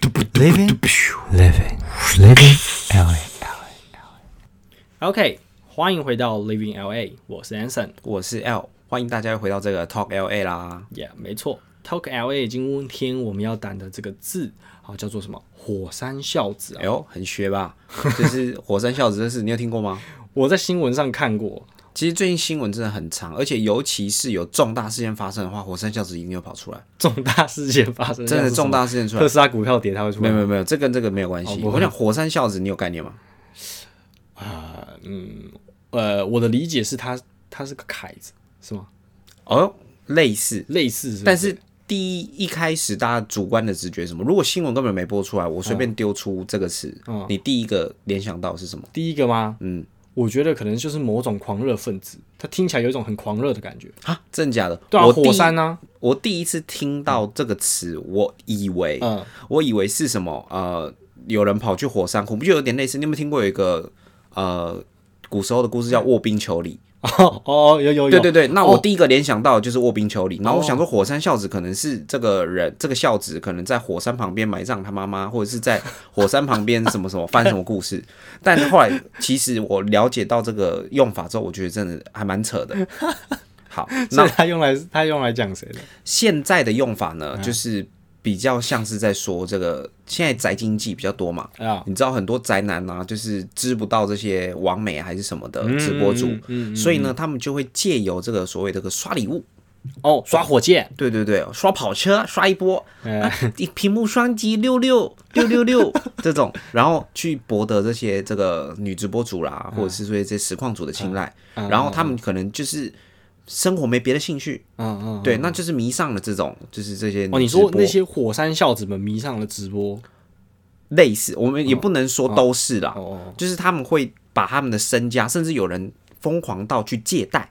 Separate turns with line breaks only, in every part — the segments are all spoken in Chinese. Living Living Living LA。
OK，欢迎回到 Living LA，我是 Anson。
我是 L，欢迎大家又回到这个 Talk LA 啦。
Yeah，没错，Talk LA 今天我们要谈的这个字，好叫做什么？火山孝子啊
哎！呦，很学吧？ 就是火山孝子这事，你有听过吗？
我在新闻上看过，
其实最近新闻真的很长，而且尤其是有重大事件发生的话，火山孝子一定会跑出来。
重大事件发生，
真
像是什
的
么
重大事件出来
特斯拉股票跌，它会出
没
来
有
吗。
没有没有，这跟这个没有关
哦
系。
不会
我想火山孝子，你有概念吗？
呃，我的理解是它它是个凯子，是吗？
哦，类似，
类似是不
但是第一一开始大家主观的直觉是什么？如果新闻根本没播出来，我随
哦
便丢出这个词，你第一个联想到的是什么？
第一个吗？
嗯，
我觉得可能就是某种狂热分子，它听起来有一种很狂热的感觉。
啊，真的假的？
对啊，
我第一
火山呢、
我第一次听到这个词，我以为，
嗯
我以为是什么？呃，有人跑去火山湖，不就有点类似？你有没有听过有一个呃古时候的故事叫卧冰求鲤？
哦哦，有有有，
对对对，那我
哦
第一个联想到的就是卧冰求鲤。然后我想说，火山孝子可能是这个人， 这个孝子可能在火山旁边埋葬他妈妈，或者是在火山旁边什么什么发生什么故事。 但后来其实我了解到这个用法之后，我觉得真的还蛮扯的。 好，那
所以它用来它用来讲谁的？
现在的用法呢，
嗯
就是比较像是在说这个现在宅经济比较多嘛，
啊，
你知道很多宅男啊，就是知不到这些网美还是什么的直播
嗯
主，所以呢，他们就会借由这个所谓这个刷礼物，
哦，刷火箭，
对对对，刷跑车刷一 波，
哎
一屏幕双击六六六六 六这种，然后去博得这些这个女直播主啦，
嗯
或者是说这些实况主的青睐，然后他们可能就是生活没别的兴趣，
嗯嗯，
对，那就是迷上了这种，就是这些
哦，你
女直
说
播
那些火山孝子们迷上了直播，
类似，我们也不能说都是啦，
哦哦，
就是他们会把他们的身家，甚至有人疯狂到去借贷，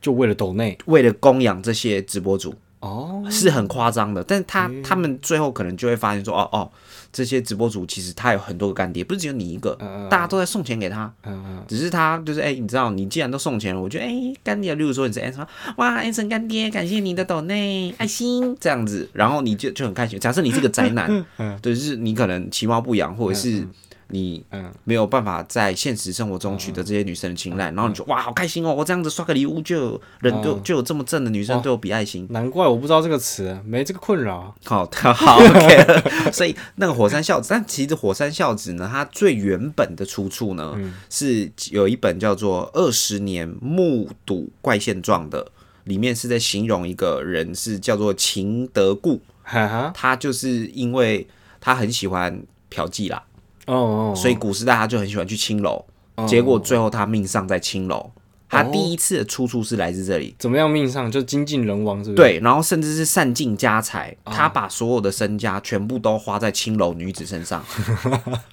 就为了抖内，
为了供养这些直播主，
哦，
是很夸张的。但是他、
嗯
他们最后可能就会发现说，哦哦，这些直播主其实他有很多个干爹，不是只有你一个，大家都在送钱给他，
嗯
只是他就是哎、你知道，你既然都送钱了，我觉得哎、干爹，例如说你是 Anson，哇，Anson 干爹，感谢你的抖 内爱心这样子，然后你就就很开心。假设你是个宅
嗯
男，对，就是你可能其貌不扬，或者是你
嗯
没有办法在现实生活中取得这些女生的青睐，然后你就哇，好开心哦，我这样子刷个礼物就有人对我就有这么正的女生对我比爱心
嗯，，难怪我不知道这个词，没这个困扰，
好，哦 好，OK 了。所以那个火山孝子，但其实火山孝子呢，它最原本的出处呢，
嗯
是有一本叫做《二十年目睹怪现状》的，里面是在形容一个人是叫做秦德固，
哈哈，
他就是因为他很喜欢嫖妓啦，
哦哦，
所以古时代他就很喜欢去青楼，
哦
结果最后他命丧在青楼。他第一次的出处是来自这里。
怎么样命上就精尽人亡，是不是？，
对，然后甚至是散尽家财，
哦
他把所有的身家全部都花在青楼女子身上，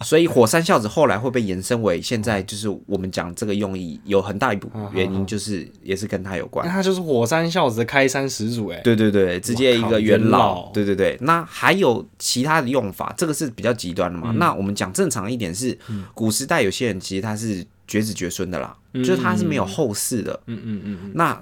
所以火山孝子后来会被延伸为现在就是我们讲这个用意，有很大一部原
啊
因就是也是跟他有关
那。啊他就是火山孝子的开山始祖，哎，
对对对，直接一
哇
个
靠
元
元
老
老，
对对对。那还有其他的用法，这个是比较极端
嗯
的嘛。那我们讲正常一点是，古时代有些人其实他是绝子绝孙的啦，就是他是没有后世的。
嗯嗯嗯
那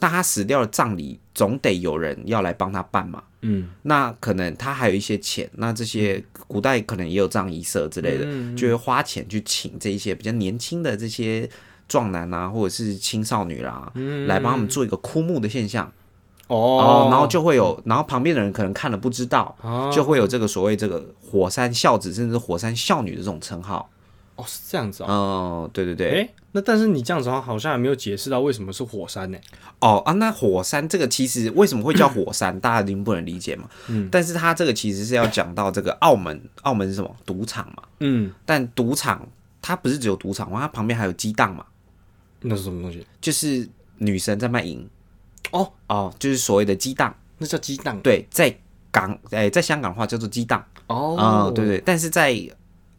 那他死掉的葬礼总得有人要来帮他办嘛。
嗯，
那可能他还有一些钱，那这些古代可能也有葬仪社之类的，
嗯
就会花钱去请这一些比较年轻的这些壮男啊，或者是青少女啦、来帮他们做一个枯木的现象，
嗯哦，
然后就会有，然后旁边的人可能看了不知道，就会有这个所谓这个火山孝子，甚至火山孝女的这种称号。
哦是这样子哦，
嗯，对对对，
哎，那但是你这样子的话，好像还没有解释到为什么是火山呢？
哦啊，那火山这个其实为什么会叫火 山，大家一定不能理解嘛。嗯，但是它这个其实是要讲到这个澳门，澳门是什么赌场嘛？
嗯，
但赌场它不是只有赌场嘛，它旁边还有激荡嘛，
那是什么东西？
就是女神在卖淫
哦
哦，就是所谓的激荡。
那叫鸡蛋，
对，在港哎、在香港的话叫做激荡啊、
哦，
对，对，但是在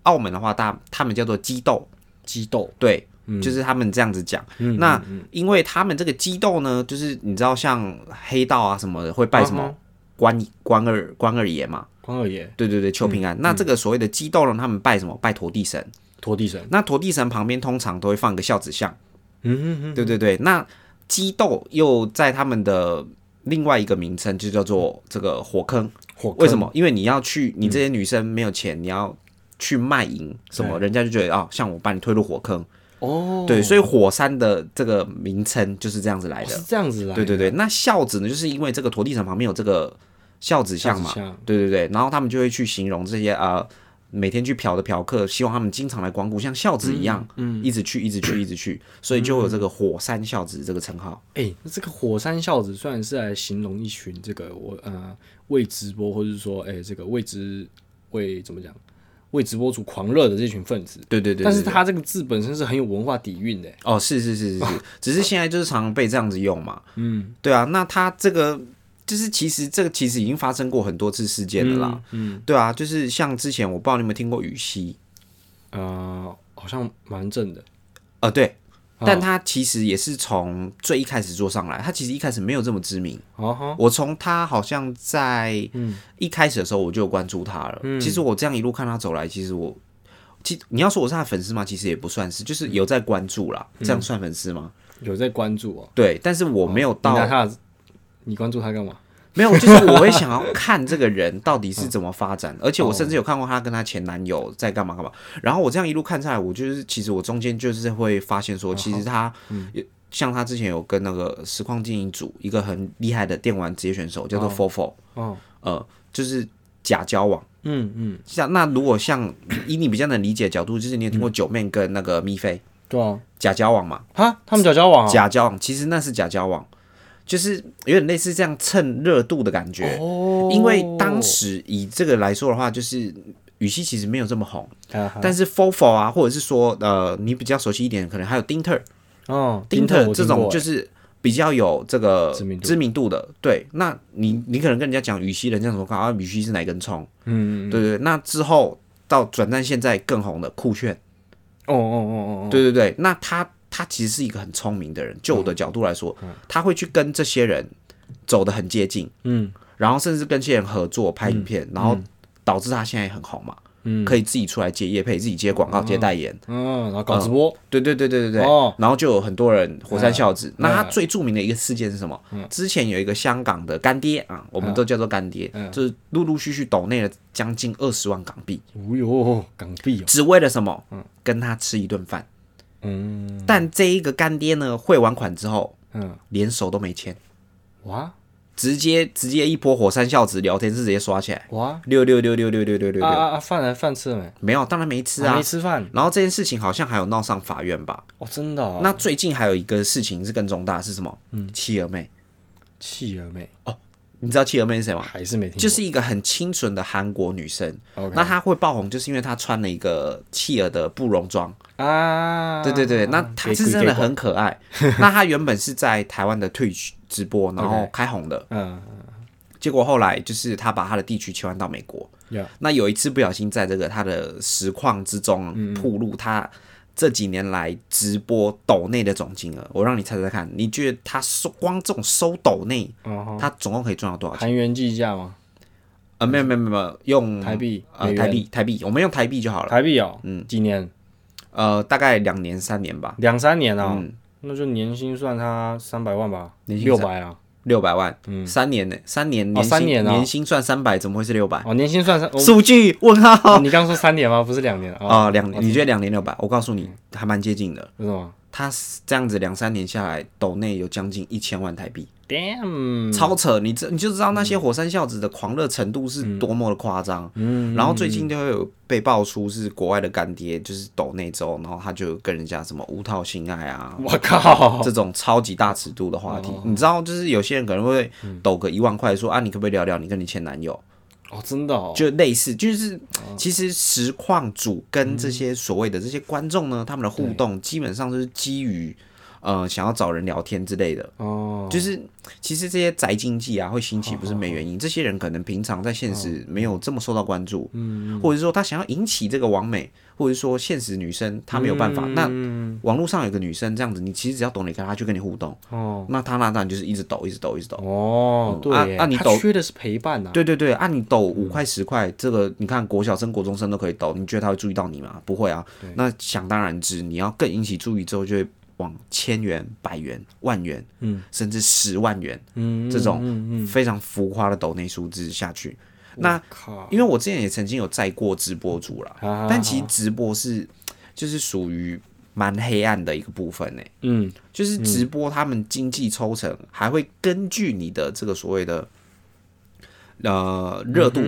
澳门的话，大他们叫做激斗，
鸡嗯豆，
对。就是他们这样子讲，
嗯
那因为他们这个激斗呢，就是你知道像黑道啊什么的会拜什么
嗯哼
关关二关二爷嘛，
光二爷，
对对对，求平安。那这
嗯
个所谓的激斗呢，他们拜什么？拜陀地神。
拖地神，
那陀地神旁边通常都会放一个孝子像，
嗯嗯嗯，
对对对。那激斗又在他们的另外一个名称就叫做这个火坑，
火坑嗯
为什么？？因为你要去，你这些女生没有钱，你要去卖淫什么，
对
人家就觉得哦，像我把你推入火坑。
哦，
对，所以火山的这个名称就是这样子来
哦
的
是。这样子来的。
对对对，那孝子呢，就是因为这个陀地城旁边有这个孝子像嘛
孝子像，
对对对，然后他们就会去形容这些呃每天去嫖的嫖客，希望他们经常来光顾，像孝子一样，嗯，一直去，一直去，一直去，所以就会有这个火山孝子这个称号。
哎、那这个火山孝子虽然是来形容一群这个我呃为直播或者是说哎、这个为直为怎么讲为直播主狂热的这群分子，
对对对对
但是他这个字本身是很有文化底蕴的、
哦，是是是是是，只是现在就是常常被这样子用嘛。嗯，对啊，那他这个就是其实这个其实已经发生过很多次事件了啦。嗯，对啊，就是像之前我不知道你有没有听过羽西，
呃，好像蛮正的。
呃，对。
哦
但他其实也是从最一开始做上来，他其实一开始没有这么知名。
哦哈，
我从他好像在
嗯
一开始的时候我就有关注他了。其实我这样一路看他走来，其实我，其你要说我是他的粉丝吗？其实也不算是，就是有在关注啦。
嗯
这样算粉丝吗？
有在关注哦。
对，但是我没有
你
到、
拿他的，你关注他干嘛？
没有，就是我会想要看这个人到底是怎么发展，而且我甚至有看过她跟她前男友在干嘛干嘛。然后我这样一路看下来，我就是其实我中间就是会发现说，其实她也像她之前有跟那个实况经营组一个很厉害的电玩职业选手叫做 Fofo，
哦，
呃，就是假交往。
嗯嗯，
像那如果像 以你比较能理解的角度，就是你有听过九妹跟那个咪菲
对啊，
假交往嘛？
哈，他们交交往、啊，
假交往其实那是假交往，就是有点类似这样蹭热度的感觉。
哦，
因为当时以这个来说的话，就是羽西其实没有这么红，
啊哈，
但是 Fofo 啊，或者是说呃，你比较熟悉一点，可能还有丁特、
哦，
丁特
我
这
听
种
过
就
欸
是比较有这个
知名度
的。对，那你你可能跟人家讲羽西，人家怎么看啊？羽西是哪根葱？
嗯，嗯
对对，那之后到转战现在更红的酷炫，
哦哦哦哦哦，
对对对，那他他其实是一个很聪明的人，就我的
嗯
角度来说，他会去跟这些人走得很接近。
嗯
然后甚至跟这些人合作拍影片，然后导致他现在也很红嘛，
嗯，
可以自己出来接业配，自己接广告、接代言，
嗯，
啊
然后搞直播，
对对对对对对，
哦
然后就有很多人火山孝子。那他
嗯
最著名的一个事件是什么？之前有一个香港的干爹
嗯
啊，我们都叫做干爹，就是陆陆续续抖内了将近二十万港币，
哦哟，港币哦，
只为了什么？跟他吃一顿饭。
嗯
但这一个干爹呢，汇完款之后，
嗯，
连手都没牵，
哇
直接直接一波火山孝子聊天是直接刷起来，
哇，
六六六六六六六六
啊
六。
啊啊，饭来饭吃了没？
没有，当然没吃
还
啊
哦没。吃饭
然后这件事情好像还有闹上法院吧？
哦，真的哦，
那最近还有一个事情是更重大，是什么？嗯，妻儿妹，
企鹅妹
你知道妻儿妹是谁吗？
还是没听过，
就是一个很清纯的韩国女生。
OK
那她会爆红，就是因为她穿了一个企鹅的布绒装。
啊，
对对对，那她是真的很可爱。那她原本是在台湾的 Twitch 直播，然后
OK
开红的。
嗯，
结果后来就是她把她的地区切换到美国。
呀，
那有一次不小心在这个他的实况之中曝露他这几年来直播抖内的总金额，我让你猜猜看，你觉得他收光这种收抖内，
哦，
他总共可以赚到多少钱？
韩元计价吗？
呃，没有没有没有没有，用
台币
呃
美元
台币台币，我们用台币就好了。
台币哦，嗯，几年？
呃，大概两年三年吧，
两三年啊
嗯，
那就年薪算他三百万吧，
年薪
六百啊，
六百万，三年呢，三年年薪
三嗯年哦
年薪算三百，怎么会是六百？
哦，年薪算三， 哦
数据问号
哦你刚刚说三年吗？不是两年啊？
啊，两你觉得两年六百？我告诉你，还蛮接近的。
是吗
他这样子两三年下来，抖内有将近一千万台币。
？Damn，
超扯！你这你就知道那些火山孝子的狂热程度是多么的夸张。嗯，然后最近就会有被爆出是国外的干爹，就是抖内周，然后他就跟人家什么无套性爱啊。
我靠，
这种超级大尺度的话题，你知道，就是有些人可能会抖个一万块，说啊，你可不可以聊聊你跟你前男友？
哦，真的哦，
就类似，就是其实实况组跟这些所谓的这些观众呢，他们的互动基本上就是基于呃想要找人聊天之类的。
哦，
就是其实这些宅经济啊会兴起，不是没原因。这些人可能平常在现实没有这么受到关注，嗯，或者说他想要引起这个网美，或者说现实女生她没有办法。
嗯
那网络上有个女生这样子，你其实只要懂你跟她去跟你互动，
哦
那她那当然就是一直抖，一直抖，一直抖。
哦，对耶，
啊啊你
他
抖
缺的是陪伴呐，
对对对，啊，你抖五块十块，这个你看国小生、国中生都可以抖，你觉得他会注意到你吗？不会啊。那想当然之，你要更引起注意之后，就会往千元、百元、万元，嗯，甚至十万元，
嗯，
这种非常浮夸的抖内数字下去。那
靠，
因为我之前也曾经有载过直播主啦，
啊
但其实直播是就是属于蛮黑暗的一个部分呢、欸
嗯
就是直播他们经济抽成还会根据你的这个所谓的呃热度。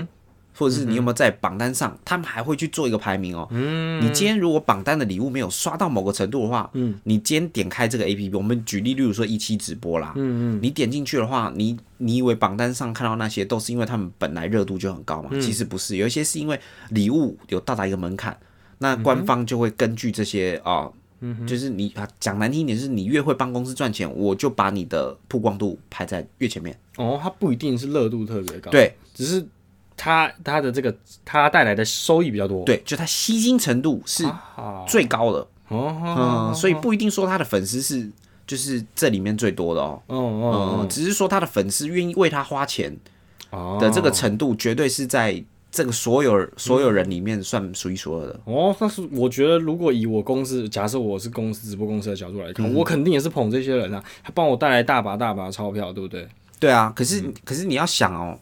或者是你有没有在榜单上，他们还会去做一个排名哦。嗯，你今天如果榜单的礼物没有刷到某个程度的话，嗯，你今天点开这个 A P P，我们举例，例如说一期直播啦，嗯嗯，你点进去的话，你你以为榜单上看到那些都是因为他们本来热度就很高嘛？其实不是，有一些是因为礼物有到达一个门槛，那官方就会根据这些啊、
嗯
就是你啊讲难听一点，就是你越会帮公司赚钱，我就把你的曝光度排在越前面。
哦，它不一定是热度特别高，，
对
只是它它的这个它带来的收益比较多，
对，就它吸金程度是
啊，
最高的，
哦
嗯，所以不一定说他的粉丝是就是这里面最多的哦。
哦哦
嗯，只是说他的粉丝愿意为他花钱
哦
的这个程度，绝对是在这个所有所有人里面算数一数二的。
哦，但是我觉得，如果以我公司，假设我是公司直播公司的角度来
嗯
看，我肯定也是捧这些人啊，他帮我带来大把大把的钞票，对不对？
对啊，
嗯
可是可是你要想哦，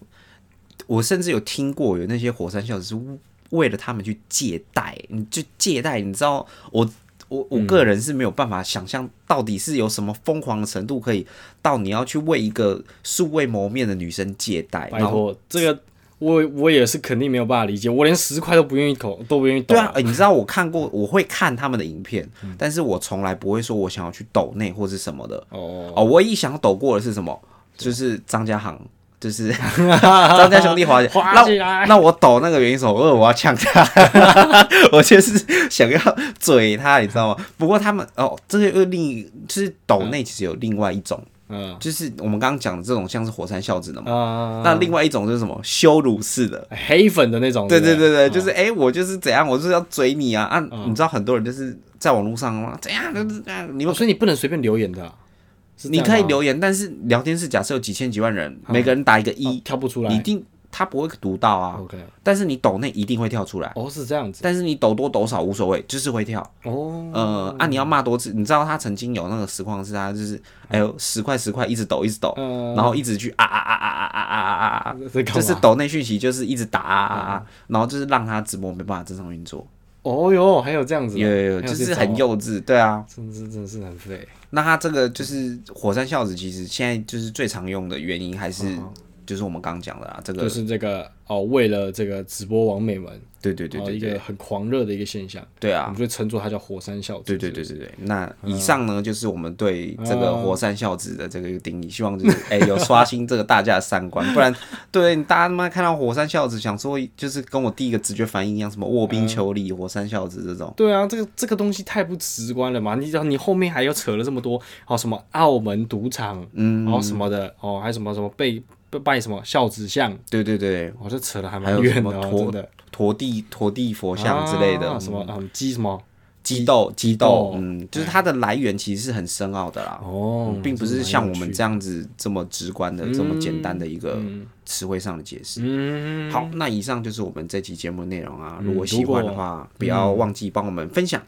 我甚至有听过有那些火山孝子是为了他们去借贷，你就借贷，你知道我。我我个人是没有办法想象到底是有什么疯狂的程度，可以到你要去为一个素未谋面的女生借贷，
拜
然后
托，这个我我也是肯定没有办法理解，我连十块都不愿意投，都不愿意抖。
对啊，，哎、你知道我看过，我会看他们的影片，
嗯
但是我从来不会说我想要去抖内或是什么的。
哦，
哦，我唯一想抖过的是什么？就是张家航，就是 张家兄弟华姐。
花
那
起来
那我抖那个原因是什么？因为我要呛他， 我就是想要嘴他，你知道吗？不过他们哦，这个又另一就是抖内其实有另外一种，
嗯
就是我们刚刚讲的这种像是火山孝子的嘛。
啊，
那另外一种就是什么羞辱式的，
黑粉的那种，
对
对
对
嗯
对
不
对，就是哎、诶我就是怎样，我就是要追你啊啊！
嗯
你知道很多人就是在网络上嘛，怎样就是这样，你
哦，所以你不能随便留言的啊、是这
你
样
可以
吗
留言，但是聊天室假设有几千几万人，每个人打一个
哦
一，
跳不出来
你一定他不会读到啊，
，OK，
但是你抖内一定会跳出来，
哦是这样子，
但是你抖多抖少无所谓，就是会跳。
哦，
呃，啊，你要骂多次，你知道他曾经有那个实况是他就是哎呦十块十块一直抖一直抖，
嗯
然后一直去啊啊啊啊啊啊啊啊啊，
在干
就
嘛嗯
是抖内讯息就是一直打啊啊啊，然后就是让他直播没办法正常运作。
哦哟，还有这样子的，
有有有，
还
就是
这
很
种，
幼稚，对啊。
真是真是很废。
那他这个就是火山孝子，其实现在就是最常用的原因还是就是我们刚刚讲的啦，啊这
嗯就
个
是这个哦，为了这个直播王美们，
对对对
哦
对
一
对
个很狂热的一个现象，
对
我
啊
们，就称作它叫火山孝子。
对对对对对。那
嗯
以上呢就是我们对这个火山孝子的这个定义，希望 就是哎有刷新这个大家的三观，不然对大家他妈看到火山孝子想说就是跟我第一个直觉反应一样，什么卧冰求鲤、火山孝子这种。
对啊，这个这个东西太不直观了嘛！你知道你后面还要扯了这么多，哦，什么澳门赌场，嗯，然后什么的，哦，还有什么什么被被拜什么孝子像，
对对对，
哦，这扯的还
还
蛮
有什
远
么
的、哦，真
陀
的
陀地陀地佛像之类的
啊、什么嗯鸡什么，
激斗，激斗
斗，哎
嗯，就是它的来源其实是很深奥的啦，嗯
哦，
并不
这
是
蛮
像
有
我们
趣
这样子这么直观的、这么简单的一个词汇上的解释。
嗯，
好，那以上就是我们这期节目内容啊。
嗯
如果喜欢的话，不要忘记帮我们分享。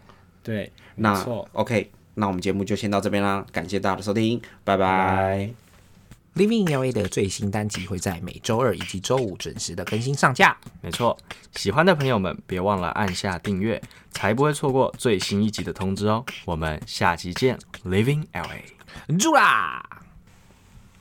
对，没
那
错，
OK，那我们节目就先到这边啦，感谢大家的收听，拜拜。
拜。
Living in LA 的最新单集会在每周二以及周五准时的更新上架。
没错，喜欢的朋友们别忘了按下订阅，才不会错过最新一集的通知哦。我们下期见，Living LA。
住啦！